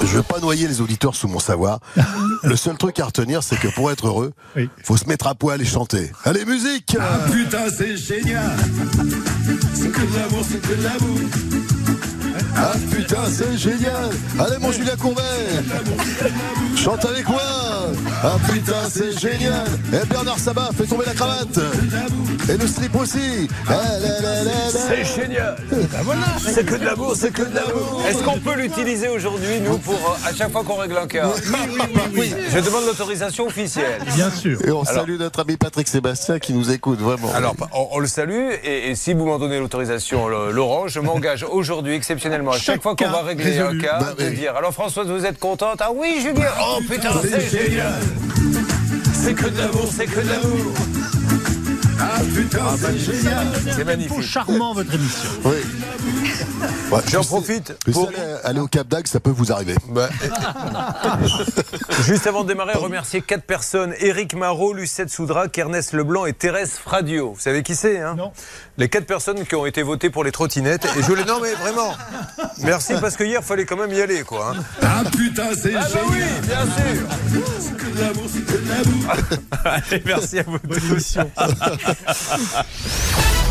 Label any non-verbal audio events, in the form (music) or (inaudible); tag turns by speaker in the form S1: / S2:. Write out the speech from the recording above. S1: Je veux pas noyer les auditeurs sous mon savoir. Le seul truc à retenir, c'est que pour être heureux,
S2: Oui.
S1: faut se mettre à poil et chanter. Allez, musique
S3: Ah putain, c'est génial C'est que de l'amour, c'est que de l'amour
S1: Ah putain, c'est génial Allez, mon Julien Courbet Chante avec moi Ah putain, c'est génial Et Bernard Sabat, fait tomber la cravate Et le slip aussi Ah, là, là, là, là.
S4: C'est génial
S1: Ah,
S4: C'est que de l'amour, c'est que de l'amour Est-ce qu'on peut l'utiliser aujourd'hui, nous, pour euh, à chaque fois qu'on règle un cœur Je demande l'autorisation officielle.
S2: Bien sûr.
S1: Et on salue notre ami Patrick Sébastien qui nous écoute, vraiment.
S4: Alors, on, on le salue, et, et si vous m'en donnez l'autorisation, le- Laurent, je (laughs) m'engage aujourd'hui, exceptionnellement, à chaque fois qu'on va
S2: Chacun
S4: régler
S2: résolu.
S4: un cas,
S1: Bah
S4: de
S1: oui.
S4: dire Alors, Françoise, vous êtes contente Ah oui, Julien Oh putain, c'est
S3: C'est
S4: génial
S3: génial
S4: C'est que de l'amour, c'est que de l'amour
S3: Ah putain, c'est génial
S4: C'est
S2: Faut
S4: magnifique
S2: charmant votre émission.
S1: oui. Ouais,
S4: J'en
S1: juste-
S4: profite
S1: juste
S4: pour-
S1: aller, aller au Cap d'Agde, ça peut vous arriver.
S4: Bah, euh, Juste avant de démarrer, remercier quatre personnes Éric Marot, Lucette Soudra, Kernès Leblanc et Thérèse Fradio. Vous savez qui c'est hein
S2: Non.
S4: Les quatre personnes qui ont été votées pour les trottinettes. Et je les. Non, mais vraiment Merci parce que hier, fallait quand même y aller, quoi. hein.
S3: Ah putain, c'est
S4: Ah, bah
S3: génial
S4: oui, bien sûr
S3: C'est que de l'amour, c'est que de l'amour
S4: Allez, merci à vous tous.